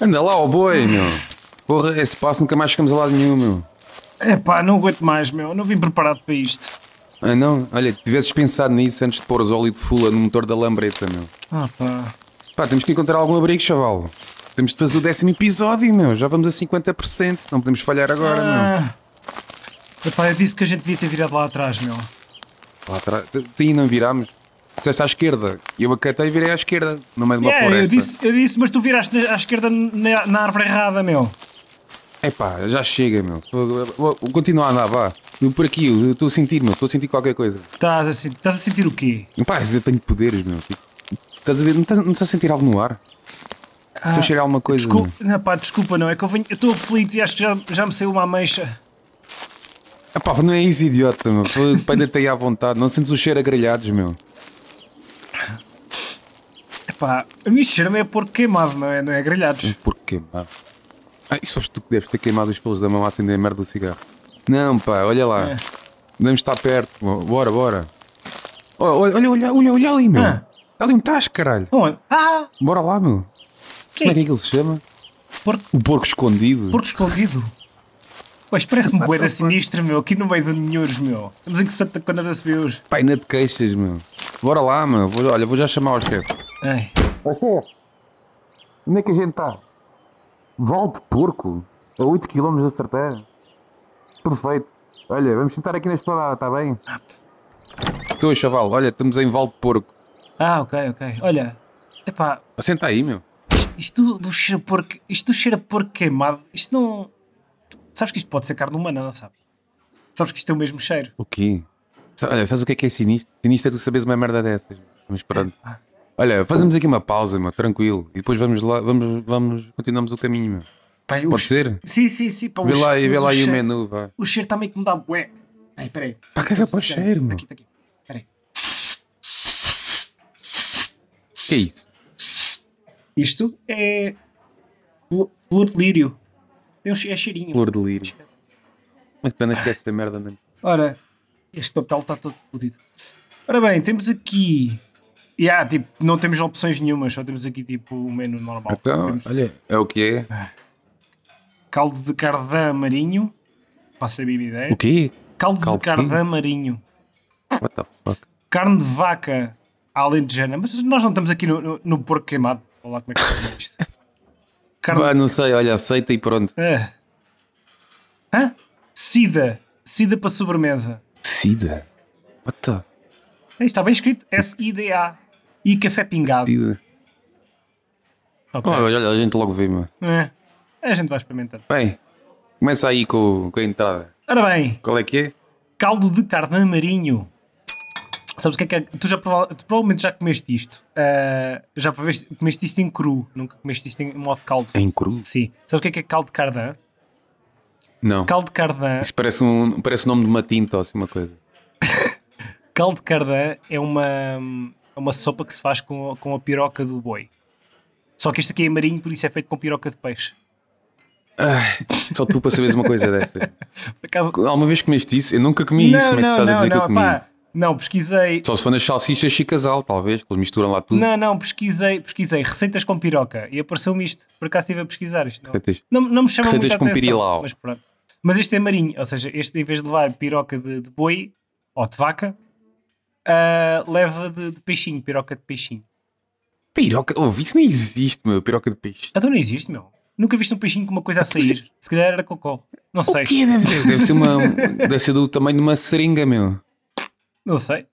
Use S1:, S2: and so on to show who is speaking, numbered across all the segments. S1: Anda lá ao boi, meu. Porra, esse passo nunca mais chegamos a lado nenhum, meu.
S2: É pá, não aguento mais, meu. Eu Não vim preparado para isto.
S1: Ah, não? Olha, que tivesses pensado nisso antes de pôr os óleo de fula no motor da lambreta, meu.
S2: Ah pá.
S1: Pá, temos que encontrar algum abrigo, chaval. Temos de fazer o décimo episódio, meu. Já vamos a 50%. Não podemos falhar agora, meu.
S2: Ah. Epá, eu disse que a gente devia ter virado lá atrás, meu.
S1: Lá atrás. Sim, não virámos. Disseste à esquerda. E eu acatei e virei à esquerda, no meio de uma
S2: É,
S1: floresta.
S2: eu disse, eu disse, mas tu viraste à esquerda na, na árvore errada, meu.
S1: Epá, já chega, meu. Tô- vou- vou Continua a andar, vá. Eu por aqui, eu estou a sentir, meu. Estou a sentir qualquer coisa.
S2: Estás a, sen- estás a sentir o quê?
S1: Pá, eu tenho poderes, meu. Tipo, Estás a ver? Não estás, não estás a sentir algo no ar? Estou a cheirar alguma coisa.
S2: Ah, Desculpa,
S1: meu.
S2: não, pá, desculpa, não. É que eu venho- eu estou aflito e acho que já, já me saiu uma ameixa.
S1: Epá, não é isso, idiota, meu. Peida-te aí à vontade. Não sentes o cheiro a grelhados, meu.
S2: Epá, a mim cheira-me é porco queimado, não é? Não é grelhados.
S1: Porquê, pá? Ah, isso foste tu que deves ter queimado os pelos da mão a acender a merda do cigarro. Não, pá, olha lá.
S2: É.
S1: Devemos estar perto. meu. Bora, bora. Ó, Olha, olha, olha, olha, olha ali, meu.
S2: Ah.
S1: Ali um tacho, caralho.
S2: Onde? Ah,
S1: Bora lá, meu.
S2: que
S1: Como é que aquilo se chama?
S2: porco,
S1: O porco escondido.
S2: porco escondido. Pois parece-me boeda sinistra, meu, aqui no meio do Ninhouros, meu. Estamos em que Santa Cona da Sebeus.
S1: Pá, ainda te queixas, meu. Bora lá, meu. Vou- olha, vou já chamar o chefe.
S2: Ai,
S1: Ó chefe, onde é que a gente está? Volte porco, a 8 km da certeza. Perfeito. Olha, vamos sentar aqui na esplanada, está bem? Estou, chaval. Olha, estamos em Val de Porco. Ah,
S2: Ah, ok, ok. Olha, epá,
S1: Senta aí, meu.
S2: isto, isto do cheira a porco, isto do cheira a porco queimado, isto não... tu Sabes que isto pode ser carne humana, não sabes? Sabes que isto tem o mesmo cheiro.
S1: O quê? Sa- Olha, sabes o que é que é sinistro? Sinistro é tu saberes uma merda dessas. meu. Mas pronto. Olha, fazemos aqui uma pausa, meu, tranquilo. E depois vamos lá, vamos, vamos, continuamos o caminho, meu.
S2: Pá, eu-
S1: Pode ser?
S2: Sim, sim, sim. Pá,
S1: Vê
S2: o
S1: lá,
S2: che-
S1: e vê
S2: mas
S1: lá aí o
S2: cheiro-
S1: menu, vá.
S2: O cheiro também que me dá bué. Ai, peraí.
S1: Pá, caga para o cheiro, meu.
S2: Aqui, aqui. Peraí.
S1: Que é isso?
S2: Isto é flo- flor de lírio. Tem um che- é cheirinho.
S1: Flor de lírio. Mas tu não esquece da merda, não. é?
S2: Ora, este papel está todo fodido. Ora bem, temos aqui... Yeah, tipo, não temos opções nenhumas, só temos aqui tipo o menu normal.
S1: Então,
S2: Temos
S1: olha, é o que é.
S2: caldo de cardan marinho. Passa a bebida ideia.
S1: O quê?
S2: Caldo,
S1: Caldo
S2: de
S1: de
S2: cardan
S1: quê?
S2: marinho.
S1: What the fuck?
S2: Carne de vaca alentejana. Mas nós não estamos aqui no, no, no porco queimado. Olha lá como é que se chama isto. Carne
S1: Vá, não sei, olha, aceita e pronto.
S2: Ah. Hã? Sida. Sida para sobremesa.
S1: Sida? What the
S2: Aí está bem escrito. S-I-D-A. E café pingado.
S1: Sida?
S2: Ok.
S1: Olha, olha, a gente logo vê, mano.
S2: É. A gente vai experimentando.
S1: Bem, começa aí com, com a entrada.
S2: Ora bem,
S1: Qual é que é?
S2: caldo de carne marinho. Sabes o que é que é? Tu, já, prova- tu provavelmente já comeste isto. Ah, já proveste- comeste isto em cru. Nunca comeste isto em modo caldo.
S1: Em cruz?
S2: Sim. Sabes o que é que é caldo de cardan?
S1: Não.
S2: Caldo de cardan
S1: Isso parece um parece o nome de uma tinta ou assim uma coisa.
S2: Caldo de cardã é uma, é uma sopa que se faz com, com a piroca do boi. Só que este aqui é marinho, por isso é feito com piroca de peixe.
S1: Ai, só tu para saberes uma coisa dessa.
S2: Por acaso...
S1: Alguma vez comeste isso? Eu nunca comi isso, mas estás a dizer que eu comi
S2: pá.
S1: isso.
S2: Não, pesquisei.
S1: Só se for nas salsichas chicasal, talvez, que eles misturam lá tudo.
S2: Não, não, pesquisei, pesquisei receitas com piroca e apareceu-me isto. Por acaso estive a pesquisar isto. Não,
S1: Receitas-
S2: não, não me chama
S1: receitas
S2: muito a
S1: com
S2: atenção,
S1: pirilau.
S2: Mas pronto. Mas este é marinho, ou seja, este em vez de levar piroca de, de boi ou de vaca, ah, leva de, de peixinho, piroca de peixinho.
S1: Piroca, ouve, isso nem existe, meu. Piroca de peixe.
S2: Então não existe, meu. Nunca viste um peixinho com uma coisa a sair. Se calhar era cocó. Não sei.
S1: Ah, é. O que deve ser? Deve ser, uma, deve ser do tamanho de uma seringa, meu.
S2: Não sei.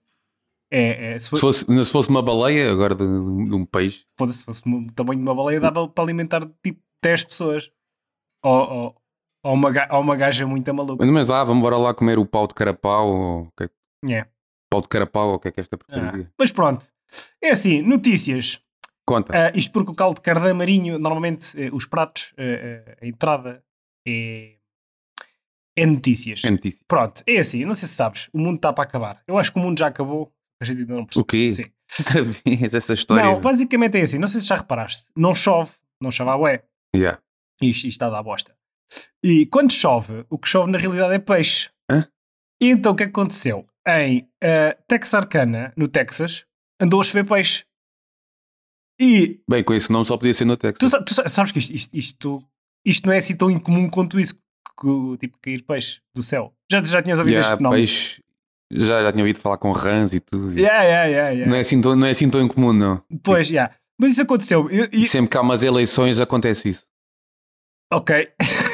S2: É, é, se
S1: Se
S2: fosse,
S1: fosse, não, se fosse uma baleia, agora de, de um peixe.
S2: foda-se, se fosse o tamanho de uma baleia, dava para alimentar tipo 10 pessoas. Ou, ou, ou, uma, ga- ou uma gaja muito maluca.
S1: Mas ah, vamos embora lá comer o pau de carapau. Ou, o que é que-
S2: É.
S1: pau de carapau, ou o que é que é esta
S2: Ah,
S1: porcaria?
S2: Mas pronto. É assim, notícias.
S1: Conta.
S2: Ah, isto porque o caldo de cardã marinho, normalmente eh, os pratos, eh, eh, a entrada é, é notícias.
S1: É notícia.
S2: Pronto, é assim, não sei se sabes, o mundo está para acabar. Eu acho que o mundo já acabou, a gente ainda não percebeu.
S1: O quê?
S2: Sim.
S1: Outra vez essa história.
S2: Não, basicamente é assim. Não sei se já reparaste. Não chove. Não chove à ué.
S1: Yeah.
S2: Isto, isto está a dar bosta. E quando chove, o que chove na realidade é peixe.
S1: Hã?
S2: E então o que é que aconteceu? Em ah, Texarkana, no Texas, andou a chover peixe. E
S1: Bem, com esse nome só podia ser no Texas.
S2: tu, sa- tu sa- sabes que isto, isto, isto, isto não é assim tão incomum quanto isso, que, o- tipo cair peixe do céu. Já, já tinhas ouvido
S1: E há
S2: este fenómeno?
S1: peixe- já, já tinha ouvido falar com rãs e tudo.
S2: Yeah, yeah, yeah, yeah.
S1: Não, é assim tão, não é assim tão incomum, não.
S2: Pois, yeah. Mas isso aconteceu. Eu-
S1: E
S2: eu-
S1: sempre que há umas eleições acontece isso.
S2: Ok,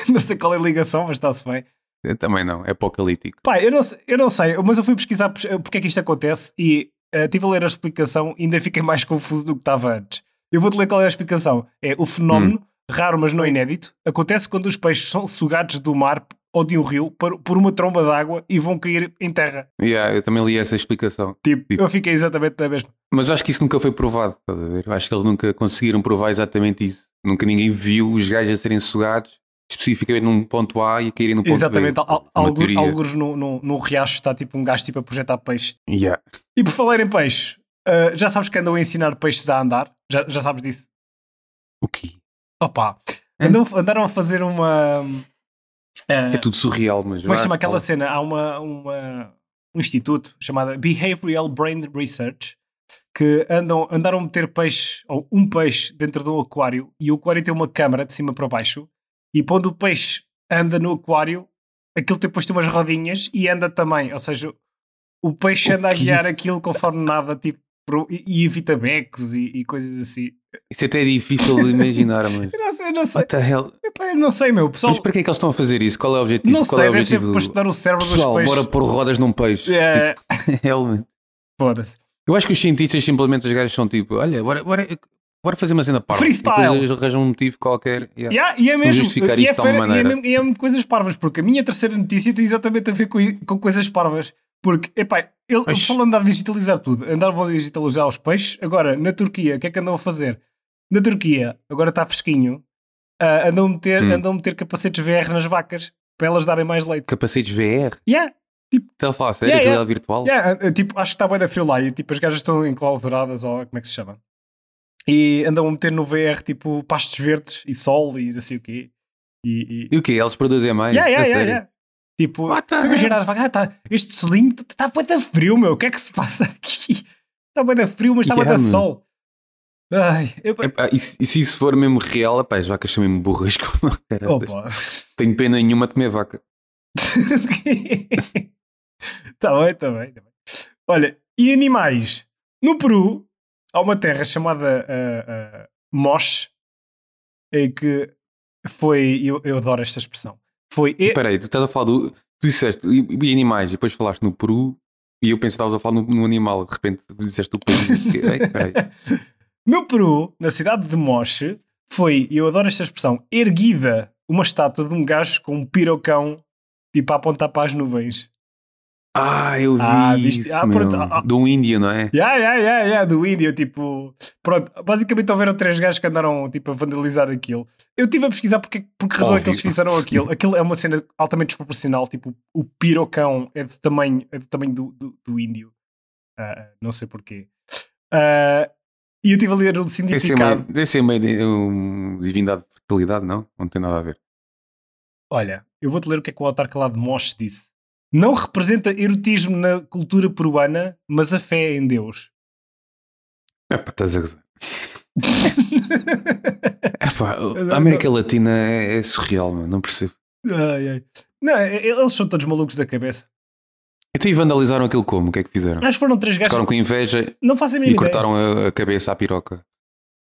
S2: não sei qual é a ligação, mas está-se bem.
S1: Eu também não, é apocalíptico.
S2: Pá, eu não, sei- eu não sei, mas eu fui pesquisar pos- porque é que isto acontece e eh, tive a ler a explicação e ainda fiquei mais confuso do que estava antes. Eu vou-te ler qual é a explicação. É o fenómeno, raro mas não inédito, acontece quando os peixes são sugados do mar ou de um rio por, por uma tromba de água e vão cair em terra.
S1: Yeah, eu também li essa explicação.
S2: Tipo,
S1: Tipo.
S2: eu fiquei exatamente da mesma.
S1: Mas acho que isso nunca foi provado, estás a ver? Acho que eles nunca conseguiram provar exatamente isso. Nunca ninguém viu os gajos a serem sugados, especificamente num ponto A e a caírem no ponto
S2: exatamente,
S1: B.
S2: al-
S1: Uma
S2: algu-
S1: teoria.
S2: alguns num- num num riacho está tipo um gajo tipo, a projetar peixe
S1: Yeah.
S2: E por falar em peixe, ah, já sabes que andam a ensinar peixes a andar? Já, já sabes disso?
S1: O quê?
S2: Opa!
S1: É.
S2: Andam- andaram a fazer uma. ah,
S1: É tudo surreal, mas.
S2: como é que
S1: vá,
S2: se chama aquela
S1: fala.
S2: cena? Há uma, uma- um instituto chamado Behavioral Brain Research que andam, andaram a meter peixe, ou um peixe, dentro de um aquário e o aquário tem uma câmara de cima para baixo e quando o peixe anda no aquário, aquilo depois tem umas rodinhas e anda também. Ou seja, o peixe
S1: O
S2: anda a
S1: quê?
S2: guiar aquilo conforme nada, tipo, pro- e, e evita becos e, e coisas assim.
S1: Isso até é difícil de imaginar, mas.
S2: Eu não sei, eu não sei,
S1: What the hell?
S2: Epá, eu não sei, meu. Pessoal,
S1: Mas para que é que eles estão a fazer isso? Qual é o objetivo?
S2: não
S1: Qual
S2: sei,
S1: é o
S2: deve ser
S1: objetivo
S2: para estudar o cérebro
S1: Pessoal,
S2: dos peixes.
S1: bora pôr rodas num peixe.
S2: É,
S1: Realmente.
S2: foda-se.
S1: Eu acho que os cientistas simplesmente os gajos são tipo, olha, bora, bora, bora fazer uma cena parva.
S2: Freestyle.
S1: E depois eles arranjam um motivo qualquer. Yeah.
S2: Yeah, e é mesmo,
S1: justificar
S2: e é,
S1: isto de alguma
S2: feira- e é
S1: maneira.
S2: mesmo- e é mesmo coisas parvas, porque a minha terceira notícia tem exatamente a ver com, i- com coisas parvas. Porque, epá, ele, o
S1: Oxe.
S2: pessoal anda a digitalizar tudo, andavam a digitalizar os peixes. Agora, na Turquia, o que é que andam a fazer? Na Turquia, agora está fresquinho, ah, andam, a meter,
S1: Hum.
S2: andam a meter capacetes VR nas vacas para elas darem mais leite.
S1: Capacetes VR.
S2: Yeah,
S1: Estava a falar a sério,
S2: Yeah,
S1: realidade virtual.
S2: yeah, ah, tipo, acho que está bem da frio lá e tipo, as gajas estão enclausuradas, ou como é que se chama? E andam a meter no VR tipo pastos verdes e sol e não sei o quê. E- e,
S1: E o quê? Eles produzem mais?
S2: Yeah, yeah,
S1: A
S2: yeah,
S1: sério?
S2: yeah. Tipo,
S1: What the
S2: tu imaginas, vai, ah, tá, este selinho está bué da frio, meu. O que é que se passa aqui? Está bué da frio, mas está bué da
S1: Yeah, meu.
S2: sol. Ai, eu...
S1: Epá, É e, se- e se isso for mesmo real, epá, as vacas são mesmo burras como a caraças.
S2: Opa.
S1: Tenho pena nenhuma de comer vaca.
S2: Está bem, está bem, tá bem. Olha, e animais? No Peru, há uma terra chamada ah, ah, Moche, em que foi... Eu, eu adoro esta expressão. Foi... e-
S1: Espera aí, tu estás a falar do... Tu disseste e, e animais, e depois falaste no peru, e eu pensei que estavas a falar no, no animal, de repente disseste o peru. Fiquei, "Ei, Espera aí.
S2: No Peru, na cidade de Moche, foi, e eu adoro esta expressão, erguida uma estátua de um gajo com um pirocão tipo a apontar para as nuvens.
S1: Ah, eu vi
S2: Ah, viste-
S1: isso,
S2: ah,
S1: meu.
S2: pronto, ah, ah.
S1: De um índio, não é?
S2: Yeah, yeah, yeah, yeah, do índio, tipo... Pronto, basicamente houveram três gajos que andaram tipo a vandalizar aquilo. Eu estive a pesquisar porque, porque razão é que eles
S1: Óbvio.
S2: fizeram aquilo. Aquilo é uma cena altamente desproporcional, tipo, o pirocão é do tamanho, é do, tamanho do, do, do índio. Ah, não sei porquê. Ah, e eu estive a ler o
S1: Deve ser uma,
S2: significado.
S1: deve ser uma, é um, divindade de fertilidade, não? Não tem nada a ver.
S2: Olha, eu vou-te ler o que é que o autarca lá de Moche disse. Não representa erotismo na cultura peruana, mas a fé é em Deus.
S1: Epá, estás a gozar. Epá,
S2: não-
S1: a América Latina é, é surreal, meu, não percebo.
S2: Ai, ai. Não, e- eles são todos malucos da cabeça.
S1: Então e vandalizaram aquilo como? O que é que fizeram?
S2: Ah, Acho que foram três gajos.
S1: Ficaram com inveja
S2: Não faço a
S1: e
S2: mínima ideia.
S1: cortaram a, a cabeça à piroca.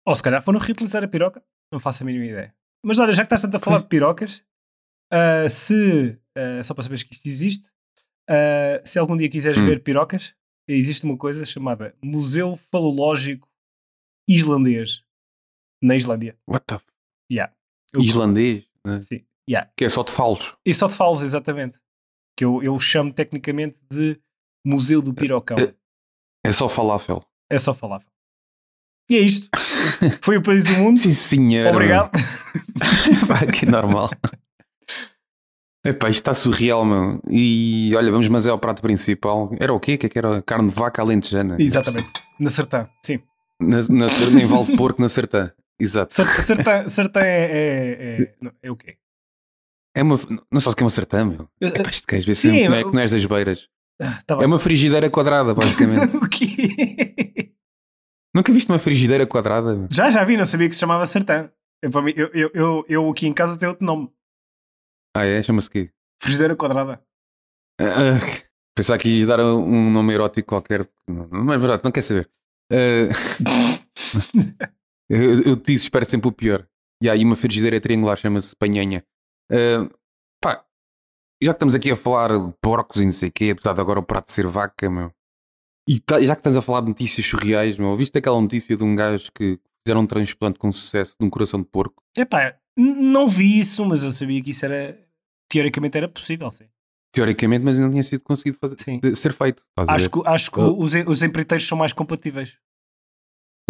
S2: Ou se calhar foram reutilizar a piroca. Não faço a mínima ideia. Mas olha, já que estás tanto a falar de pirocas, ah, se. ah, só para saberes que isto existe, ah, se algum dia quiseres
S1: Hum.
S2: ver pirocas, existe uma coisa chamada Museu Falológico Islandês, na Islândia.
S1: What the f...
S2: Yeah. Eu-
S1: Islandês? né?
S2: Sim. Yeah.
S1: Que é só de falos.
S2: E só de falas, exatamente. Que eu, eu chamo tecnicamente de Museu do Pirocão.
S1: É só falafel.
S2: É só falável. E é isto. Foi o país do mundo.
S1: Sim, senhor.
S2: Hum. Obrigado.
S1: Pá, que normal. Epá, isto está surreal, meu. E olha, vamos mas é ao prato principal. Era o quê? O que é que era? Carne de vaca alentejana.
S2: Exatamente. Na Sertã. Sim.
S1: Na, na, nem vale porco na sertã. Exato.
S2: Ser- Sertã, sertã é, é, é, não, é o quê?
S1: É uma, não sabes o que é uma sertã, meu.
S2: Eu-
S1: Epá, isto queres ver
S2: Sim,
S1: sempre, não é
S2: eu-
S1: que não és das beiras.
S2: Tá
S1: É
S2: bem.
S1: uma frigideira quadrada, basicamente.
S2: O quê?
S1: Nunca viste uma frigideira quadrada?
S2: Já, já vi, não sabia que se chamava Sertã. Eu, para mim- eu, eu, eu, eu aqui em casa tenho outro nome.
S1: Ah, é? Chama-se quê?
S2: Frigideira quadrada.
S1: Ah, Pensar que ia dar um nome erótico qualquer. Não- não- Mas verdade, não quer saber. Ah, eu, eu te disse, espero sempre o pior. E há aí uma frigideira triangular, chama-se Panhanha. Ah, pá, já que estamos aqui a falar de porcos e não sei o quê, apesar de agora o prato ser vaca, meu. E tá- já que estás a falar de notícias surreais, meu, ouviste aquela notícia de um gajo que fizeram um transplante com sucesso de um coração de porco?
S2: Epá, n- não vi isso, mas eu sabia que isso era. Teoricamente era possível, sim.
S1: Teoricamente, mas ainda não tinha sido conseguido fazer,
S2: Sim.
S1: de- ser feito. Estás a ver? Então
S2: Acho que, acho que
S1: Eu-
S2: os, em- os empreiteiros são mais compatíveis.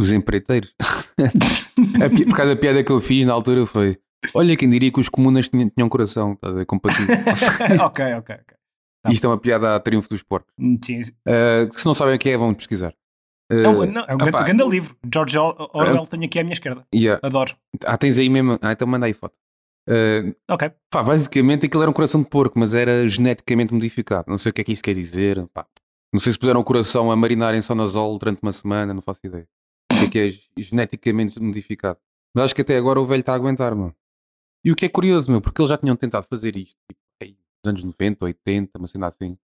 S1: Os empreiteiros. A pi- por causa da piada que eu fiz na altura foi: Olha, quem diria que os comunas tinham, tinham coração, estás a ver? Compatível.
S2: ok, ok, ok.
S1: Isto é uma piada a triunfo dos porcos.
S2: Hum, Sim, sim.
S1: Ah, que se não sabem o que é, vão pesquisar. Ah,
S2: É um, não, é um
S1: epá.
S2: grande, grande livro. George Or- Orwell, tenho aqui à minha esquerda.
S1: yeah.
S2: Adoro.
S1: Ah, tens aí mesmo. Ah, então manda aí foto. Ah,
S2: Ok.
S1: pá, basicamente aquilo era um coração de porco, mas era geneticamente modificado. Não sei o que é que isso quer dizer. pá. Não sei se puseram o coração a marinar em sonazol durante uma semana, não faço ideia. O que é que é ge- geneticamente modificado? Mas acho que até agora o velho está a aguentar, meu. E o que é curioso, meu, porque eles já tinham tentado fazer isto, tipo, aí, nos anos 90, 80, uma cena assim.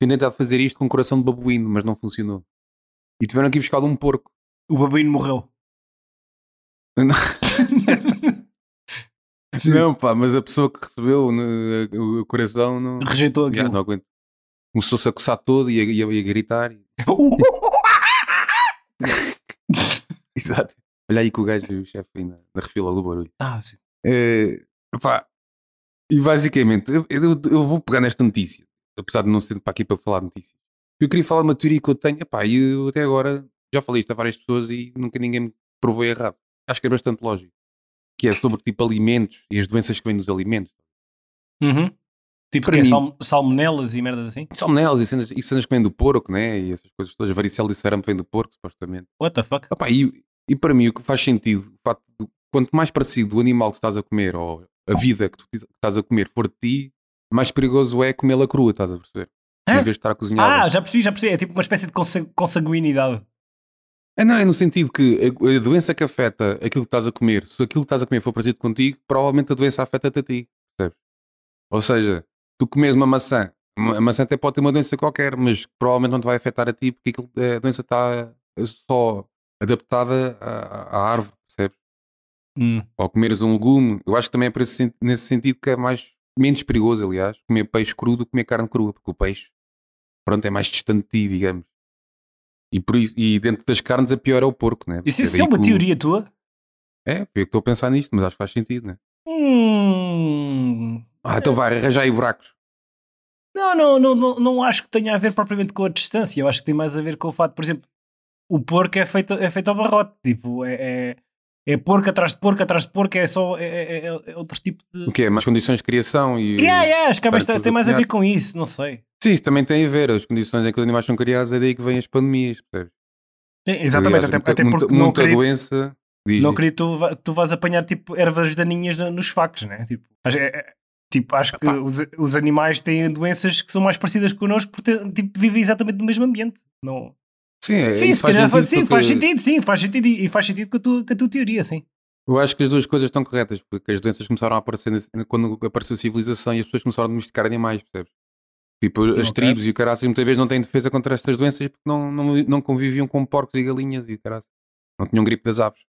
S1: Tinham tentado fazer isto com um coração de babuíno, mas não funcionou. E tiveram que ir buscar de um porco.
S2: O babuíno morreu.
S1: Não.
S2: Sim.
S1: Não, pá, mas a pessoa que recebeu né, o coração não.
S2: Rejeitou
S1: Já,
S2: aquilo.
S1: não aguento. Começou-se a coçar todo e a, e a- e a gritar.
S2: Uh,
S1: Exato. Olha aí que o gajo, o chefe, aí na, na refila do barulho.
S2: ah, sim.
S1: É, pá, e basicamente, eu, eu- eu vou pegar nesta notícia, apesar de não ser para aqui para falar de notícia. Eu queria falar de uma teoria que eu tenho, epá, e eu até agora já falei isto a várias pessoas e nunca ninguém me provou errado. Acho que é bastante lógico. Que é sobre tipo alimentos e as doenças que vêm dos alimentos.
S2: Uhum. Tipo
S1: Para
S2: que é
S1: mim-
S2: sal, salmonelas e merdas assim?
S1: Salmonelas e cenas, e cenas que vêm do porco, né? E essas coisas todas. Varicela e sarampo vêm do porco, supostamente.
S2: What the fuck?
S1: Epá, e, e para mim o que faz sentido, o facto de- quanto mais parecido o animal que estás a comer ou a vida que tu ti- que estás a comer for de ti, mais perigoso é comê-la crua, estás a perceber?
S2: Hã?
S1: Em vez de estar cozinhada.
S2: Ah, já percebi, já percebi. É tipo uma espécie de consa- consanguinidade.
S1: É, não, é no sentido que a, a doença que afeta aquilo que estás a comer, se aquilo que estás a comer for parecido contigo, provavelmente a doença afeta-te a ti. Percebes? Ou seja, tu comes uma maçã, uma- a maçã até pode ter uma doença qualquer, mas provavelmente não te vai afetar a ti porque aquilo- a doença está só adaptada à, à árvore, percebes?
S2: Hum.
S1: ou comeres um legume, eu acho que também é por esse sen- nesse sentido que é mais, menos perigoso, aliás, comer peixe cru do que comer carne crua, porque o peixe, pronto, é mais distante de ti, digamos. E, por isso- e dentro das carnes, a pior é o porco, né?
S2: Isso,
S1: É
S2: isso
S1: daí
S2: é uma
S1: que o-
S2: teoria tua?
S1: É, eu que estou a pensar nisto, mas acho que faz sentido, né?
S2: Hum.
S1: Ah, então vai, arranjar aí buracos.
S2: Não, não, não, não, não acho que tenha a ver propriamente com a distância. Eu acho que tem mais a ver com o fato, por exemplo, o porco é feito, é feito ao barrote. Tipo, é, é, é porco atrás de porco atrás de porco. É só. É, é- é- é outro tipo de.
S1: O quê? Mas condições de criação e.
S2: Yeah, yeah, acho que há
S1: Para
S2: bastante-
S1: tudo
S2: tem mais a ver
S1: apanhar.
S2: com isso, não sei.
S1: Sim, isso também tem a ver. As condições em que os animais são criados é daí que vêm as pandemias, percebes? Aliás,
S2: Exatamente, até,
S1: muita,
S2: até
S1: muita-
S2: porque não
S1: muita
S2: acredito,
S1: doença. diz-
S2: não acredito que tu, va- que tu vás apanhar tipo ervas daninhas na- nos facos, né? Tipo, acho- é- é- tipo, acho que
S1: Epá.
S2: os, os animais têm doenças que são mais parecidas connosco porque tipo, vivem exatamente no mesmo ambiente. Não...
S1: Sim, é,
S2: sim,
S1: isso
S2: se calhar faz, sim,
S1: porque-
S2: faz sentido, sim, faz sentido e e faz sentido com a tua, com a tua teoria, sim.
S1: Eu acho que as duas coisas estão corretas, porque as doenças começaram a aparecer nesse- quando apareceu a civilização e as pessoas começaram a domesticar animais, percebes? Tipo, as
S2: Ok.
S1: tribos e o caraças muitas vezes não têm defesa contra estas doenças porque não, não, não conviviam com porcos e galinhas e o caraças. Não tinham gripe das aves.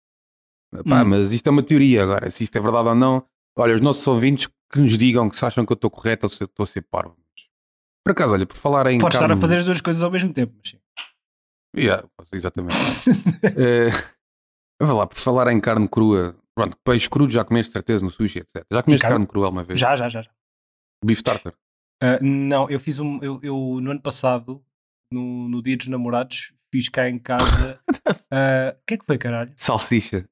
S1: Pá,
S2: Hum.
S1: mas isto é uma teoria agora, se isto é verdade ou não. Olha, os nossos ouvintes que nos digam que se acham que eu estou correto ou se eu estou a ser parvo. Por acaso, olha, por falar em.
S2: Podes estar a
S1: carne-
S2: fazer as duas coisas ao mesmo tempo, mas sim.
S1: Yeah, pois, exatamente. Eh, Vá lá, por falar em carne crua, pronto, peixe cru já comeste de certeza no sushi, etc. Já comeste
S2: carne-
S1: carne, crua uma vez?
S2: Já, já, já. já.
S1: Bife tartar.
S2: Ah, não, eu fiz um. Eu, eu, no ano passado, no, no Dia dos Namorados, fiz cá em casa. ah, O que é que foi, caralho?
S1: Salsicha.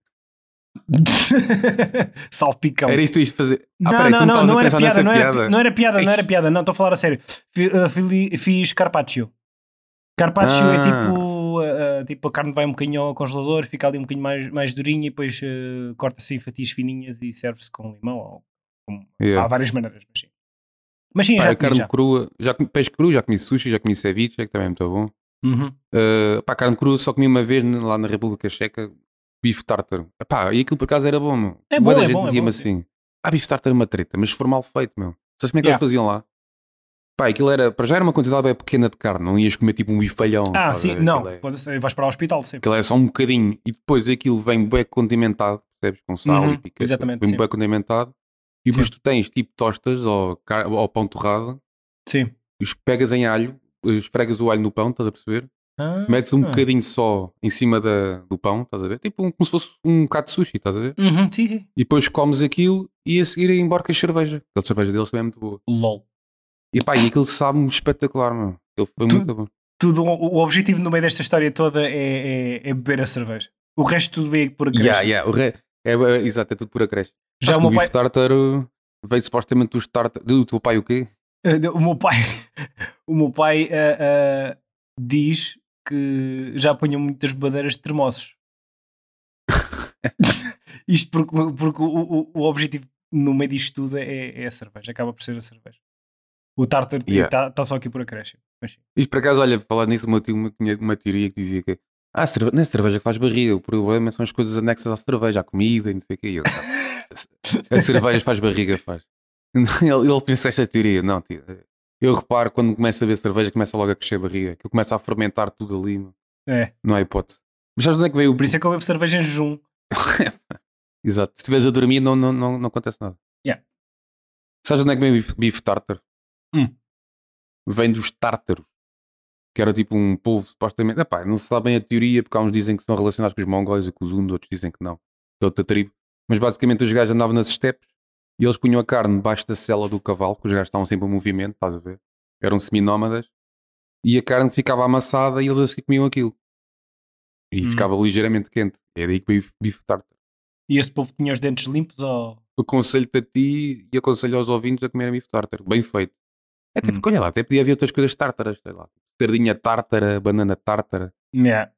S2: Salpicão.
S1: Era isto que ias fazer. Ah,
S2: Não,
S1: peraí, tu não
S2: não, não,
S1: estavas
S2: não
S1: a
S2: era
S1: pensar nessa
S2: piada, não era,
S1: piada.
S2: não era piada, não era
S1: Ixi.
S2: piada, não, estou a falar a sério. Fi- ah, fili- Fiz carpaccio. Carpaccio é
S1: Ah.
S2: tipo, ah, ah, tipo, a carne vai um bocadinho ao congelador, fica ali um bocadinho mais, mais durinha e depois ah, corta-se em fatias fininhas e serve-se com limão. Ou, com- Há
S1: Yeah.
S2: várias maneiras, mas sim. Mas sim,
S1: É. Pá, um
S2: já
S1: a
S2: comi,
S1: carne
S2: já.
S1: crua, já comi peixe cru, já comi sushi, já comi ceviche, que também é muito bom.
S2: Uhum.
S1: Uh, pá, carne crua só comi uma vez n- lá na República Checa, bife tártaro. Epá, e aquilo por acaso era bom, meu.
S2: É bom,
S1: Bué da
S2: é
S1: gente
S2: bom, é
S1: dizia-me
S2: bom,
S1: assim, ah, bife tártaro é uma treta, mas se for mal feito, meu. Sabes como é que
S2: Yeah.
S1: eles faziam lá? Pá, aquilo era, para já era uma quantidade bem pequena de carne, não ias comer tipo um bifalhão.
S2: Ah,
S1: estás a
S2: sim,
S1: ver?
S2: não.
S1: Aquilo é,
S2: Foda-se, Vais para o hospital sempre.
S1: aquilo é só um bocadinho. E depois aquilo vem bem condimentado, percebes? Com sal
S2: Uhum,
S1: e Um pica.
S2: exatamente,
S1: Vem
S2: sim.
S1: bem condimentado. E depois
S2: Sim.
S1: tu tens tipo tostas ou, car- ou pão torrado,
S2: Sim.
S1: os pegas em alho, esfregas o alho no pão, estás a perceber?
S2: Ah.
S1: metes um
S2: Ah.
S1: bocadinho só em cima da, do pão, estás a ver? Tipo um- como se fosse um bocado de sushi, estás a ver?
S2: Uhum, sim, sim.
S1: E depois comes aquilo e a seguir embarcas cerveja. A cerveja deles também é muito boa.
S2: LOL.
S1: E pá, e aquilo sabe-me espetacular, meu. Ele foi
S2: Tu-
S1: muito bom.
S2: Tudo, o o objetivo no meio desta história toda é, é- é beber a cerveja. O resto tudo veio por
S1: Yeah,
S2: yeah,
S1: yeah, o re... é, é- exato, é tudo por acréscimo.
S2: Já
S1: Sabes
S2: o
S1: que
S2: meu pai,
S1: bife tártaro eh, veio supostamente dos tártaros. Do teu pai o quê?
S2: eh, o meu pai, o meu pai ah, ah, diz que já apanhou muitas badeiras de termossos. Isto porque, o- porque o, o- o objetivo no meio disto tudo é, é a cerveja, acaba por ser a cerveja. O tártaro está
S1: Yeah.
S2: tá só aqui por acréscimo. Mas sim.
S1: Isto por acaso, olha, falar nisso, o meu tio tinha uma teoria que dizia que ah, cerve... não é cerveja que faz barriga, o problema são as coisas anexas à cerveja, à comida e não sei o que. Eu, a cerveja faz barriga, faz. Ele, ele pensa esta teoria, não, tio. Eu reparo quando começa a ver cerveja, começa logo a crescer a barriga, aquilo começa a fermentar tudo ali, meu.
S2: É.
S1: não há hipótese. Mas sabes onde é que veio o
S2: Por isso é que eu bebo cerveja em jejum.
S1: Exato, se estiveres a dormir, não, não, não, não acontece nada.
S2: Yeah.
S1: Sabes onde é que vem o bife, bife tártaro?
S2: Hum.
S1: Vem dos tártaros, que era tipo um povo supostamente. Epá, não se sabe bem a teoria, porque há uns dizem que são relacionados com os mongóis e com os hundos, outros dizem que não, que é outra tribo. Mas basicamente os gajos andavam nas estepes e eles punham a carne debaixo da cela do cavalo, que os gajos estavam sempre em movimento, estás a ver? Eram seminómadas e a carne ficava amassada e eles assim comiam aquilo. E
S2: Hum.
S1: ficava ligeiramente quente. É daí que veio o bife tártaro.
S2: E esse povo tinha os dentes limpos oh. ou.
S1: aconselho-te a ti e aconselho aos ouvintes a comerem bife tártaro. Bem feito. Até
S2: Hum.
S1: porque, olha lá, até podia haver outras coisas tártaras, sei lá. Sardinha tártara, banana tártara.
S2: Yeah.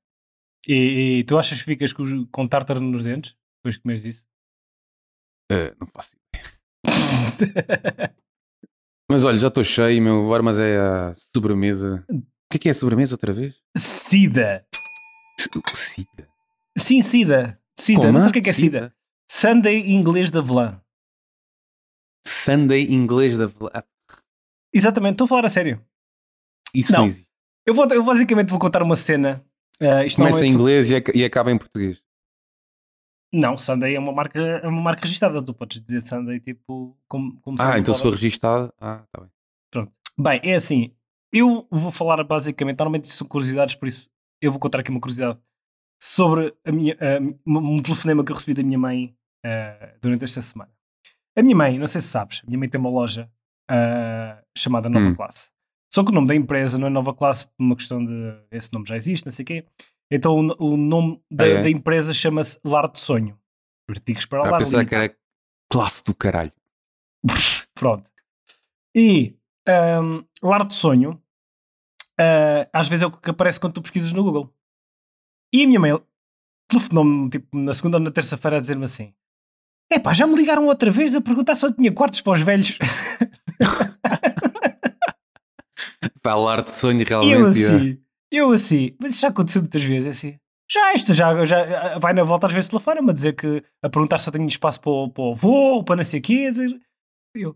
S2: E, e tu achas que ficas com, os- com tártaro nos dentes depois de comeres isso?
S1: Ah, não faço ideia. Mas olha, já estou cheio, meu. Agora, mas é a sobremesa. O que é que é a sobremesa outra vez?
S2: Sida.
S1: Sida.
S2: Sim, Sida. Sida.
S1: Como? assim?
S2: Não sei o que é que é Sida. Sunday em inglês da Velã.
S1: Sunday inglês da. Vla- Ah,
S2: Exatamente, estou a falar a sério.
S1: Isso
S2: Não.
S1: não, existe.
S2: Eu, vou, eu basicamente vou contar uma cena. Ah, isto não,
S1: Começa
S2: é
S1: em inglês e ac- e acaba em português.
S2: não, Sunday é uma marca, é uma marca registrada. Tu podes dizer Sunday tipo como, como
S1: Ah,
S2: Sunday
S1: então se for
S2: Boulevard.
S1: registado. Ah, tá bem.
S2: Bem, é assim. Eu vou falar basicamente, normalmente são curiosidades, por isso eu vou contar aqui uma curiosidade sobre a minha, ah, um um telefonema que eu recebi da minha mãe ah, durante esta semana. A minha mãe, não sei se sabes, a minha mãe tem uma loja ah, chamada Nova
S1: Hum.
S2: Classe. Só que o nome da empresa não é Nova Classe, por uma questão de esse nome já existe, não sei o quê. Então o, o nome da,
S1: Ah, é?
S2: da empresa chama-se Lar de Sonho. Artigos para
S1: Ah,
S2: lar.
S1: pensava
S2: limpar.
S1: que era classe do caralho.
S2: Pronto. E ahm, Lar de Sonho ah, às vezes é o que aparece quando tu pesquisas no Google. E a minha mãe telefonou-me tipo, na segunda ou na terça-feira a dizer-me assim: Epá, já me ligaram outra vez a perguntar se eu tinha quartos para os velhos.
S1: Pá, lar de sonho
S2: E eu
S1: realmente. é.
S2: assim, eu assim, mas isso já aconteceu muitas vezes, é assim. Já, isto já, já vai na volta às vezes telefona-me a dizer que a perguntar se eu tenho espaço para o, para o avô, para não sei o quê, a dizer. Eu,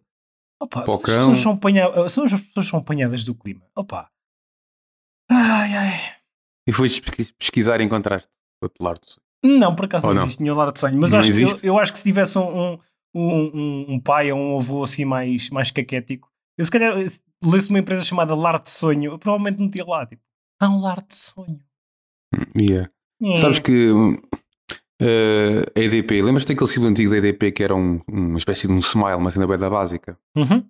S2: opa,
S1: Para o
S2: as
S1: cão.
S2: pessoas são, apanha, são- as pessoas são apanhadas do clima. Opa. Ai, ai.
S1: E fui pesqui- pesquisar e encontraste outro lado.
S2: Não, por acaso
S1: Ou
S2: não,
S1: não?
S2: existe nenhum lar de sonho, mas eu
S1: Não
S2: acho, que, eu,
S1: existe?
S2: eu acho que se tivesse um, um, um, um pai ou um avô assim mais, mais caquético, eu se calhar lesse uma empresa chamada Lar de Sonho, eu provavelmente metia lá, tipo, há um lar de sonho.
S1: Yeah.
S2: É.
S1: Sabes que hum, eh, a EDP, lembras-te daquele símbolo antigo da EDP que era um- uma espécie de um smile, uma cena bué da básica?
S2: Uhum.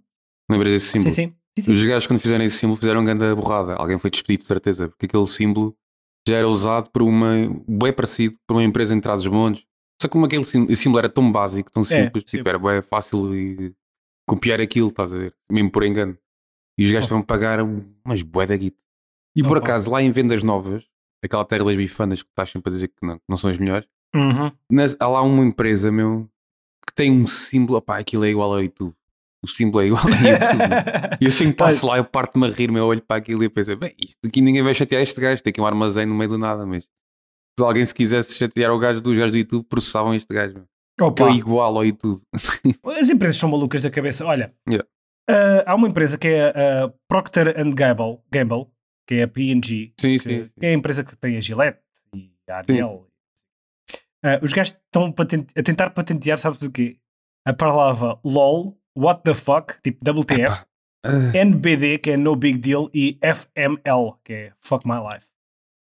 S1: Lembras desse símbolo?
S2: Sim, sim. sim, sim.
S1: Os gajos quando fizeram esse símbolo fizeram grande borrada. Alguém foi despedido, de certeza, porque aquele símbolo já era usado por uma, bem parecido, por uma empresa em Trás-os-Montes. Só que como aquele sim- esse símbolo era tão básico, tão simples,
S2: É, sim.
S1: tipo, era bem fácil e copiar aquilo, estás a ver? Mesmo por engano. E
S2: Oh.
S1: os gajos vão pagar umas bué da guita. E
S2: Não,
S1: por
S2: pá.
S1: acaso, lá em vendas novas, aquela terra das bifanas que estás sempre a dizer que não, que não são as melhores,
S2: Uhum.
S1: nas- há lá uma empresa, meu, que tem um símbolo, opá, aquilo é igual ao YouTube. O símbolo é igual a YouTube. E assim que passo lá, eu parto-me a rir, meu olho para aquilo e eu pensei, bem, isto aqui ninguém vai chatear este gajo, tem aqui um armazém no meio do nada, mas se alguém se quisesse chatear o gajo dos gajos do YouTube, processavam este gajo, meu.
S2: Opa.
S1: Que é igual ao YouTube.
S2: As empresas são malucas da cabeça. Olha,
S1: Yeah.
S2: ah, há uma empresa que é a ah, Procter and Gamble, Gamble, que é a P&G,
S1: Sim,
S2: que,
S1: sim.
S2: que é a empresa que tem a Gillette e a Ariel. Ah, os gajos estão paten- a tentar patentear, sabes o quê? A palavra LOL, what the fuck, tipo WTF,
S1: Ah,
S2: NBD, que é no big deal, e FML, que é fuck my life.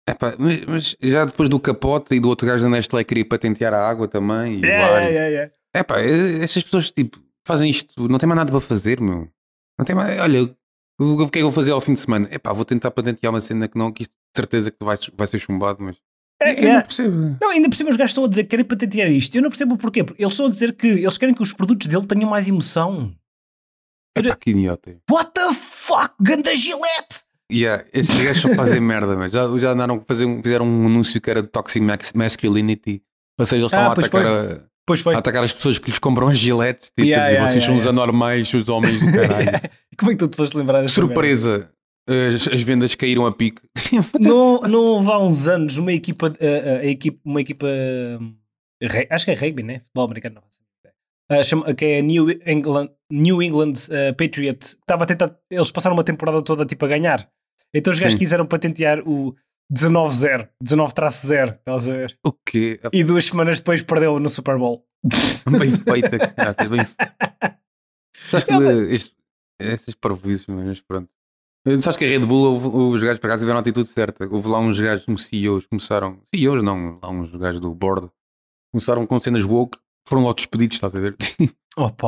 S1: epá, mas, mas já depois do capote e do outro gajo da Nestlé queria patentear a água também e o
S2: Yeah,
S1: ar.
S2: yeah, yeah, yeah.
S1: É pá, estas pessoas tipo, fazem isto, não tem mais nada para fazer, meu. Não tem mais. Olha, o o que é que eu vou fazer ao fim de semana? É pá, vou tentar patentear uma cena que não, que isto de certeza que vai, vai ser chumbado, mas.
S2: É,
S1: Eu
S2: yeah.
S1: não percebo.
S2: Não, ainda por cima os gajos estão a dizer que querem patentear isto. Eu não percebo o porquê. Porque eles estão a dizer que eles querem que os produtos dele tenham mais emoção.
S1: É
S2: Tá
S1: pá, que idiota.
S2: What the fuck, ganda gilete!
S1: Yeah, esses gajos só fazem merda, mas já, já andaram a fazer, um- fizeram um anúncio que era de Toxic Max- Masculinity. Ou seja, eles
S2: Ah,
S1: estão a,
S2: pois
S1: atacar a-
S2: Pois
S1: a
S2: foi.
S1: atacar as pessoas que lhes compram as giletes. Tipo,
S2: Yeah,
S1: a dizer,
S2: yeah,
S1: vocês
S2: yeah,
S1: são os
S2: yeah.
S1: anormais, os homens do caralho.
S2: Como é que tu te foste lembrar dessa
S1: Surpresa! As, as vendas caíram a pique. Tipo,
S2: merda? Não, não houve há uns anos uma equipa, eh, a, a- a equipa uma equipa, hum, re- acho que é rugby, né? Futebol americano, não faço ideia. Ah, chama- que é a New England, New England ah, Patriots, que estava a tentar, eles passaram uma temporada toda tipo a ganhar. Então os gajos
S1: Sim.
S2: quiseram patentear o 19-0, 19-0, estás a ver?
S1: O quê?
S2: E duas semanas depois perdeu no Super Bowl.
S1: Bem feita, caraca, bem feita. Sabes que eh, este, esses parvoízes, mas pronto. Eh, Sabes que a Red Bull, houve- os gajos para casa tiveram a atitude certa. Houve lá uns gajos, uns CEOs, começaram. CEOs não, lá uns gajos do board. Começaram com cenas woke, foram logo despedidos, estás a ver?
S2: Opa,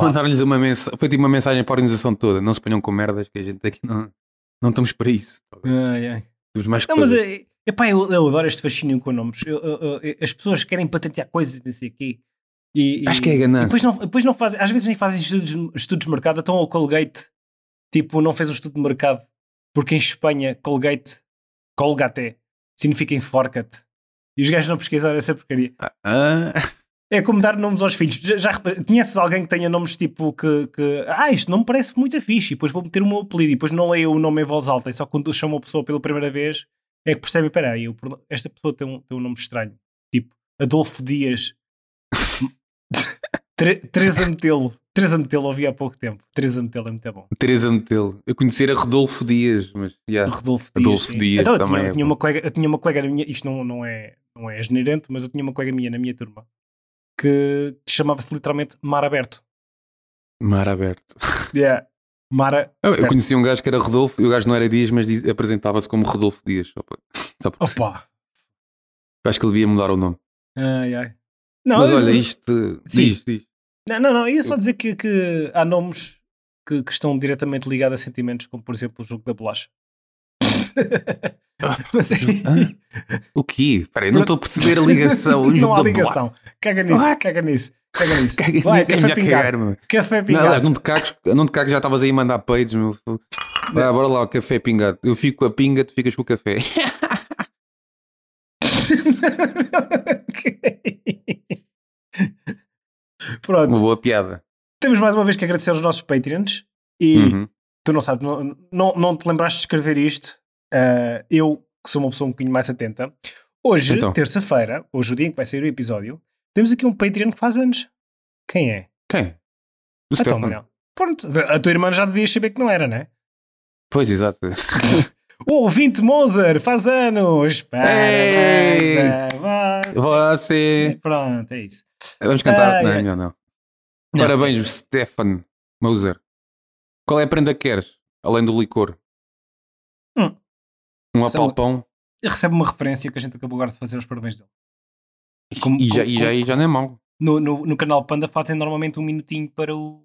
S1: Mandaram-lhes uma mensagem, foi tipo uma mensagem para a organização toda. Não se ponham com merdas, que a gente aqui não, não estamos para isso.
S2: ai, ai.
S1: Temos mais que
S2: Não, mas
S1: fazer.
S2: eh, epá, eu, eu adoro este fascínio com nomes. Eu- eu- eu- as pessoas querem patentear coisas e não sei o quê. E, e-
S1: Acho que é ganância.
S2: e Depois não, depois não fazem, às vezes nem fazem estudos, estudos de mercado. Então o Colgate, tipo, não fez um estudo de mercado. Porque em Espanha, Colgate, Colgate, significa enforca-te. E os gajos não pesquisaram essa porcaria.
S1: Ah,
S2: É como dar nomes aos filhos. Já, já repara- conheces alguém que tenha nomes tipo que, que, Ah, isto não me parece muito fixe. E depois vou meter o meu apelido. E depois não leio o nome em voz alta. E só quando chamo a pessoa pela primeira vez é que percebe: espera aí, o prono- esta pessoa tem um, tem um nome estranho. Tipo Adolfo Dias. Tre- Teresa Metelo. Teresa Metelo ouvi há pouco tempo. Teresa Metelo é muito bom.
S1: Teresa Metelo. Eu conhecer a Rodolfo Dias, mas. yeah.
S2: Rodolfo Dias.
S1: Adolfo
S2: sim.
S1: Dias
S2: Então, eu
S1: também
S2: tinha, eu
S1: é
S2: tinha
S1: bom.
S2: uma colega, eu tinha uma colega na minha, isto não, não é, não é generente, mas eu tinha uma colega minha na minha turma que chamava-se literalmente Mar Aberto.
S1: Mar aberto.
S2: Yeah. Mara.
S1: Eu, eu
S2: Certo.
S1: conheci um gajo que era Rodolfo, e o gajo não era Dias, mas diz- apresentava-se como Rodolfo Dias. Só para, só para-
S2: Opa!
S1: Eu Acho que ele devia mudar o nome.
S2: Ai, ai. Não,
S1: mas
S2: eu-
S1: olha, isto.
S2: Sim.
S1: Diz, diz.
S2: Não, não, não. Eu ia só dizer que, que há nomes que, que estão diretamente ligados a sentimentos, como por exemplo o jogo da bolacha. Mas aí-
S1: Hã? O quê? Espera aí, não estou a perceber Ah, a ligação. o jogo
S2: não há
S1: da bola-
S2: ligação. Caga nisso,
S1: Ah.
S2: caga nisso, caga nisso.
S1: Caga
S2: Vai,
S1: nisso, é
S2: café
S1: melhor
S2: pingado.
S1: cagar, meu.
S2: Café
S1: Não, aliás,
S2: pingado.
S1: não te cagues, não te cagues, já estavas aí a mandar peidos, meu. Ah, bora lá, o café pingado. Eu fico com a pinga, tu ficas com o café.
S2: Ok.
S1: Uma
S2: Pronto,
S1: boa piada.
S2: temos mais uma vez que agradecer aos nossos Patreons e
S1: Uhum.
S2: tu não sabes, não, não, não te lembraste de escrever isto. ah, eu, que sou uma pessoa um bocadinho mais atenta, hoje,
S1: Então.
S2: terça-feira, hoje o dia em que vai sair o episódio, temos aqui um Patreon que faz anos. Quem é?
S1: Quem? O
S2: Ah, Então,
S1: Stefano.
S2: Manuel. Pronto, a tua irmã já devias saber que não era, né?
S1: Pois, exato.
S2: O ouvinte Moser faz anos! Parabéns
S1: Ei!
S2: a você.
S1: Você.
S2: Pronto, é isso.
S1: Vamos cantar?
S2: Ai,
S1: não, é
S2: ai.
S1: melhor não.
S2: Não.
S1: Parabéns, Stefan Moser. Qual é a prenda que queres, além do licor?
S2: Hum. é
S1: Um
S2: São-
S1: apalpão
S2: Recebe uma referência que a gente acabou agora de fazer os parabéns dele. Como-
S1: e já,
S2: como-
S1: e já, e já não é mau.
S2: No, no, no canal Panda fazem normalmente um minutinho para o.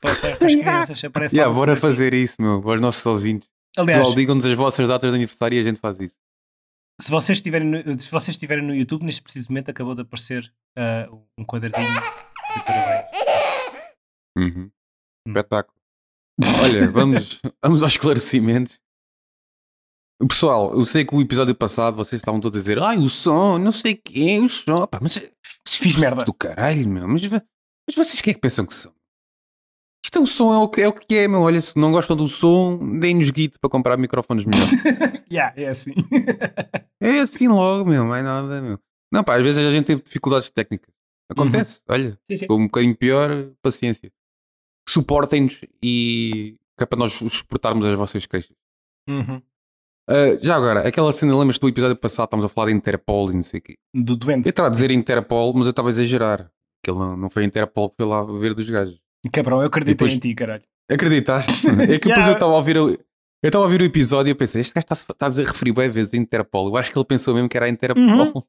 S2: Para, para- para as crianças, aparece lá
S1: Yeah,
S2: no
S1: bora
S2: Twitter.
S1: fazer isso, meu, para os nossos ouvintes.
S2: Aliás,
S1: Pessoal, digam-nos as vossas datas de aniversário e a gente faz isso.
S2: se vocês, estiverem no, se vocês estiverem no YouTube, neste preciso momento acabou de aparecer ah, um quadradinho. de parabéns.
S1: Uhum.
S2: Hum.
S1: Espetáculo. Olha, vamos, vamos aos esclarecimentos. Pessoal, eu sei que o episódio passado vocês estavam todos a dizer ai, o som, não sei quem, o som. Pá, mas eh,
S2: Fiz merda.
S1: Do caralho, meu. Mas, vo- mas vocês quem é que pensam que são? Isto é o som, é o que é, o que é meu. Olha, se não gostam do som, deem-nos guito para comprar microfones melhores.
S2: Yeah, é assim.
S1: é assim logo, meu, não é nada, meu. Não, pá, às vezes a gente tem dificuldades técnicas.
S2: Uhum.
S1: Acontece, olha.
S2: Sim, sim.
S1: Ficou um bocadinho pior, paciência. Suportem-nos e que é para nós os suportarmos as vossas queixas.
S2: Uhum.
S1: Ah, já agora, aquela cena, lembras do episódio passado, estávamos a falar de Interpol e não sei o quê.
S2: Do
S1: Eu
S2: doente.
S1: estava a dizer Interpol, mas eu estava a exagerar. Que ele não, não foi a Interpol que foi lá ver dos gajos.
S2: Cabrão, eu acreditei
S1: Depois-
S2: em ti, caralho.
S1: Acreditaste? É que depois
S2: Yeah.
S1: eu estava a ouvir. o- Eu estava a ouvir o episódio e eu pensei, este gajo está-se- está a referir bem vezes a Interpol. Eu acho que ele pensou mesmo que era a Interpol.
S2: Uhum.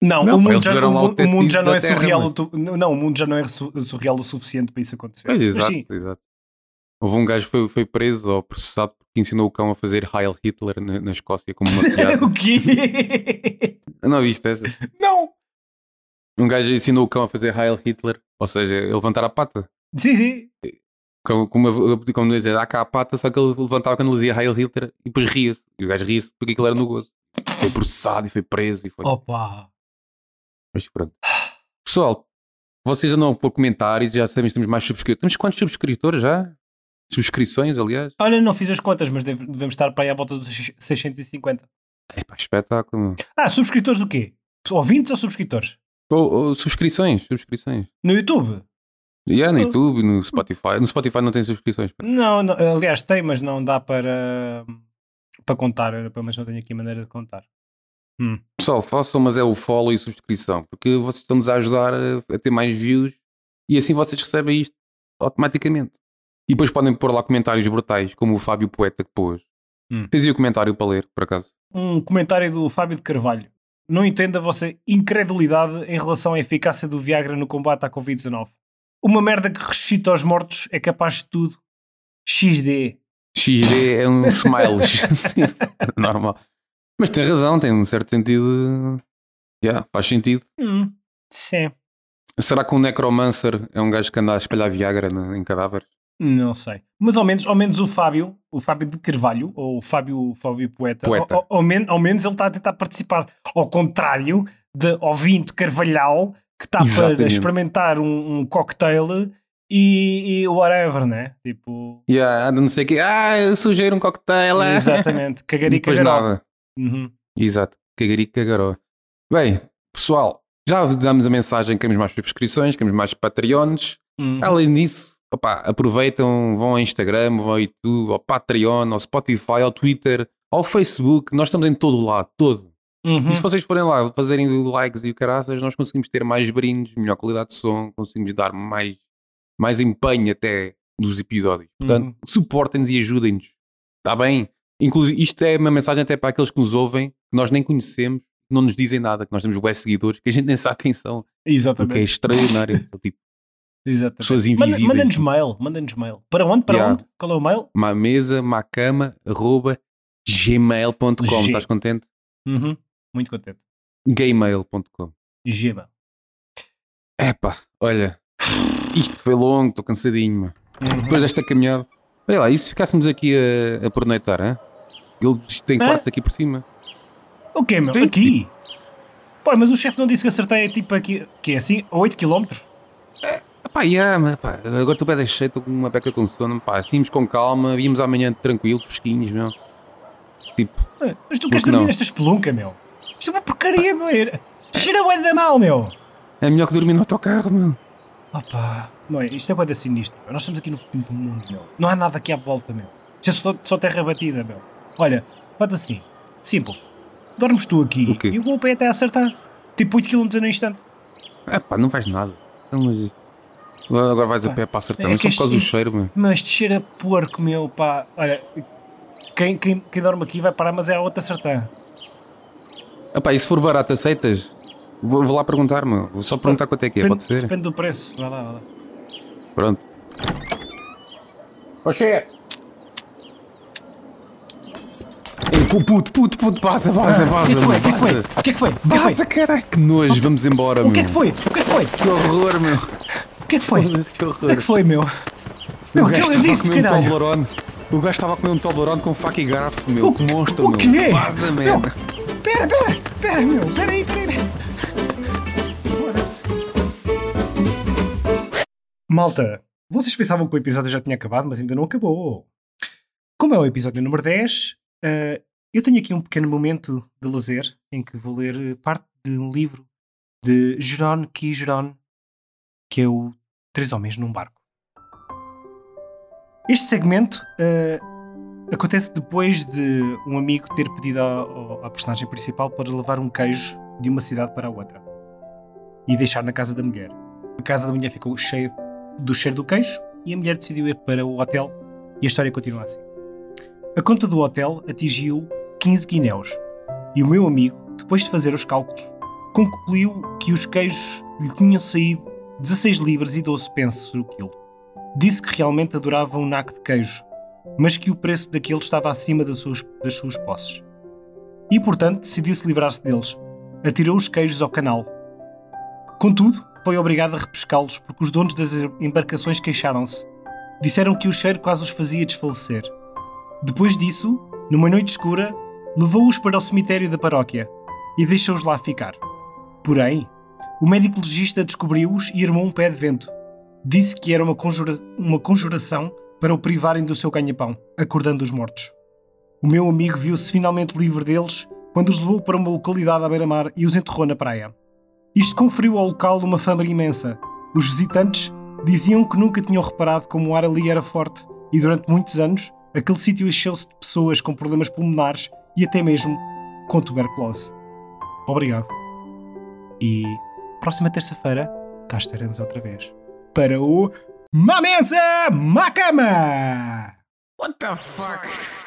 S2: Não,
S1: Não, pá,
S2: o, mundo
S1: eles
S2: já,
S1: fizeram
S2: o
S1: lá o
S2: mu- o mundo
S1: detetive
S2: já não é
S1: da Terra,
S2: surreal.
S1: mas-
S2: o tu- Não, o mundo já não é su- surreal o suficiente para isso acontecer.
S1: Pois,
S2: Mas
S1: exato,
S2: sim,
S1: exato. Houve um gajo que foi, foi preso ou processado porque ensinou o cão a fazer Heil Hitler na, na Escócia como é uma piada.
S2: o quê?
S1: Eu não viste essa?
S2: não.
S1: Um gajo ensinou o cão a fazer Heil Hitler, ou seja, a levantar a pata.
S2: Sim, sim.
S1: Como, como, como dizer, dá cá a pata, só que ele levantava quando ele dizia Heil Hitler e depois ria-se. E o gajo ria-se porque aquilo era no gozo. Foi processado e foi preso e foi.
S2: Oh. Opa.
S1: Mas pronto. Pessoal, vocês andam por comentários, já sabemos que temos mais subscritores. Temos quantos subscritores já? Subscrições, aliás.
S2: Olha, não fiz as contas, mas deve- devemos estar para aí à volta dos 650.
S1: Epá, espetáculo. meu.
S2: Ah, subscritores do quê? Ouvintes ou subscritores?
S1: Ou, ou Oh, subscrições, subscrições.
S2: No YouTube?
S1: E yeah, no
S2: Oh.
S1: YouTube, no Spotify. No Spotify não tem subscrições. pá.
S2: Não, não, aliás, tem, mas não dá para, para contar. Eu, Pelo menos não tenho aqui maneira de contar.
S1: Pessoal, façam, mas é o follow e subscrição, porque vocês estão-nos a ajudar a, a ter mais views e assim vocês recebem isto automaticamente. E depois podem pôr lá comentários brutais, como o Fábio Poeta que pôs.
S2: Hum.
S1: Fez aí o comentário para ler, por acaso.
S2: Um comentário do Fábio de Carvalho. Não entendo a vossa incredulidade em relação à eficácia do Viagra no combate à Covid-19. Uma merda que ressuscita aos mortos é capaz de tudo. XD.
S1: XD é um smiles. Normal. Mas tem razão, tem um certo sentido. Yeah, faz sentido.
S2: Hum, sim.
S1: Será que um necromancer é um gajo que anda a espalhar Viagra na- em cadáver?
S2: Não sei. Mas ao menos, ao menos o Fábio, o Fábio de Carvalho, ou o Fábio, o Fábio Poeta,
S1: Poeta.
S2: Ao, ao men- ao menos ele está a tentar participar. Ao contrário de ouvinte Carvalhal, que está para
S1: Exatamente.
S2: experimentar um, um cocktail e, e whatever, né? Tipo.
S1: Yeah, anda não sei o quê. Ah, eu sujeiro um cocktail. ah.
S2: Exatamente,
S1: E
S2: cagarica
S1: Depois nada.
S2: Uhum.
S1: Exato. Cagarico, cagaró. Bem, pessoal, já vos damos a mensagem que temos mais subscrições, queremos mais Patreons.
S2: Uhum.
S1: Além disso, opá, aproveitam, vão ao Instagram, vão ao YouTube, ao Patreon, ao Spotify, ao Twitter, ao Facebook. Nós estamos em todo o lado, todo.
S2: Uhum.
S1: E se vocês forem lá fazerem likes e o caraças, nós conseguimos ter mais brindes, melhor qualidade de som, conseguimos dar mais, mais empenho até nos episódios. Portanto,
S2: Uhum.
S1: suportem-nos e ajudem-nos. Está bem? Inclusive, isto é uma mensagem até para aqueles que nos ouvem, que nós nem conhecemos, que não nos dizem nada, que nós temos bué seguidores, que a gente nem sabe quem são, porque é
S2: Exatamente.
S1: extraordinário. tipo,
S2: Exatamente.
S1: pessoas
S2: Manda-
S1: invisíveis.
S2: Manda-nos mail, manda-nos mail. Para onde? Para
S1: Yeah.
S2: onde? Qual é o mail?
S1: Mamesa, macama, arroba, gmail.com.
S2: G.
S1: Estás contente?
S2: Uhum. Muito contente.
S1: gmail.com.
S2: Gema.
S1: Epá, olha, isto foi longo, estou cansadinho, meu.
S2: Uhum.
S1: Depois desta caminhada. Olha lá, e se ficássemos aqui a, a perneitar, hein? Ele tem
S2: Hã?
S1: quartos aqui por cima.
S2: O quê, meu?
S1: Sim,
S2: aqui? Pô, mas o chefe não disse que acertei tipo aqui, que é assim, a 8 km?
S1: Ah, Pá, yeah, mas, pá, agora estou bem deixei, estou com uma beca com sono. Pá, saímos com calma, víamos amanhã tranquilo, fresquinhos, meu. Tipo,
S2: Ah, Mas
S1: Porque
S2: tu queres dormir
S1: não?
S2: nesta espelunca, meu? Isto é uma porcaria, meu. Era- Cheira bué da mal, meu.
S1: é melhor que dormir no autocarro, meu.
S2: Opa. Não, é- isto é bué da sinistra. meu. Nós estamos aqui no fim do mundo, meu. Não há nada aqui à volta, meu. Isto é só, só terra batida, meu. Olha, bate assim. Simples. Dormes tu aqui
S1: O quê?
S2: e eu vou a pé até acertar. Tipo 8 km no instante.
S1: Ah, pá, não faz nada. Então, mas- Agora vais a
S2: Pá,
S1: pé para acertar,
S2: é
S1: mas só
S2: que
S1: por causa do
S2: este-
S1: cheiro, meu.
S2: Mas te cheira a porco, meu, pá. Olha, quem, quem, quem dorme aqui vai parar, mas é a outra acertar.
S1: Ah, pá, e se for barato, aceitas? Vou, vou lá perguntar, meu. Vou só perguntar quanto é que é,
S2: Depende,
S1: pode ser?
S2: depende do preço. Vai lá, vai lá.
S1: Pronto. Oxê! Puto, puto, puto, passa, passa,
S2: O
S1: passa,
S2: que é que foi? O que é que foi?
S1: passa.
S2: O que é que foi? O que é que foi?
S1: Passa, caralho, que nojo, vamos embora,
S2: O
S1: meu.
S2: que é que foi? O que é que foi?
S1: Que horror, meu.
S2: O que é que foi? O
S1: Que horror.
S2: que é que foi, meu? Meu,
S1: o
S2: que
S1: gajo
S2: eu
S1: estava a
S2: disse,
S1: comer um
S2: caralho.
S1: Toblerone. O gajo estava a comer um Toblerone com faca e garfo, meu.
S2: O
S1: que
S2: que-
S1: monstro,
S2: o
S1: meu.
S2: quê?
S1: Passa, meu.
S2: Meu. Pera, pera, pera, meu. Pera aí, pera aí. Foda-se. Malta, Vocês pensavam que o episódio já tinha acabado, mas ainda não acabou. Como é o episódio número 10, eh, eu tenho aqui um pequeno momento de lazer em que vou ler eh, parte de um livro de Jeron Quijeron, que é o Três Homens num Barco. Este segmento eh, acontece depois de um amigo ter pedido à, ao- à personagem principal para levar um queijo de uma cidade para a outra e deixar na casa da mulher. A casa da mulher ficou cheia do cheiro do queijo e a mulher decidiu ir para o hotel e a história continua assim. A conta do hotel atingiu 15 guineus e o meu amigo, depois de fazer os cálculos, concluiu que os queijos lhe tinham saído 16 libras e 12 pence o quilo. Disse que realmente adorava um naco de queijo, mas que o preço daquele estava acima das suas, das suas posses. E, portanto, decidiu-se livrar-se deles. Atirou os queijos ao canal, Contudo, foi obrigado a repescá-los porque os donos das embarcações queixaram-se. Disseram que o cheiro quase os fazia desfalecer. Depois disso, numa noite escura, levou-os para o cemitério da paróquia e deixou-os lá ficar. Porém, o médico legista descobriu-os e armou um pé de vento. Disse que era uma, conjura- uma conjuração para o privarem do seu ganha-pão, acordando os mortos. O meu amigo viu-se finalmente livre deles quando os levou para uma localidade à beira-mar e os enterrou na praia. Isto conferiu ao local uma fama imensa. Os visitantes diziam que nunca tinham reparado como o ar ali era forte e durante muitos anos aquele sítio encheu-se de pessoas com problemas pulmonares e até mesmo com tuberculose. Obrigado. E próxima terça-feira cá estaremos outra vez para o Mamesa Macama!
S1: What the fuck?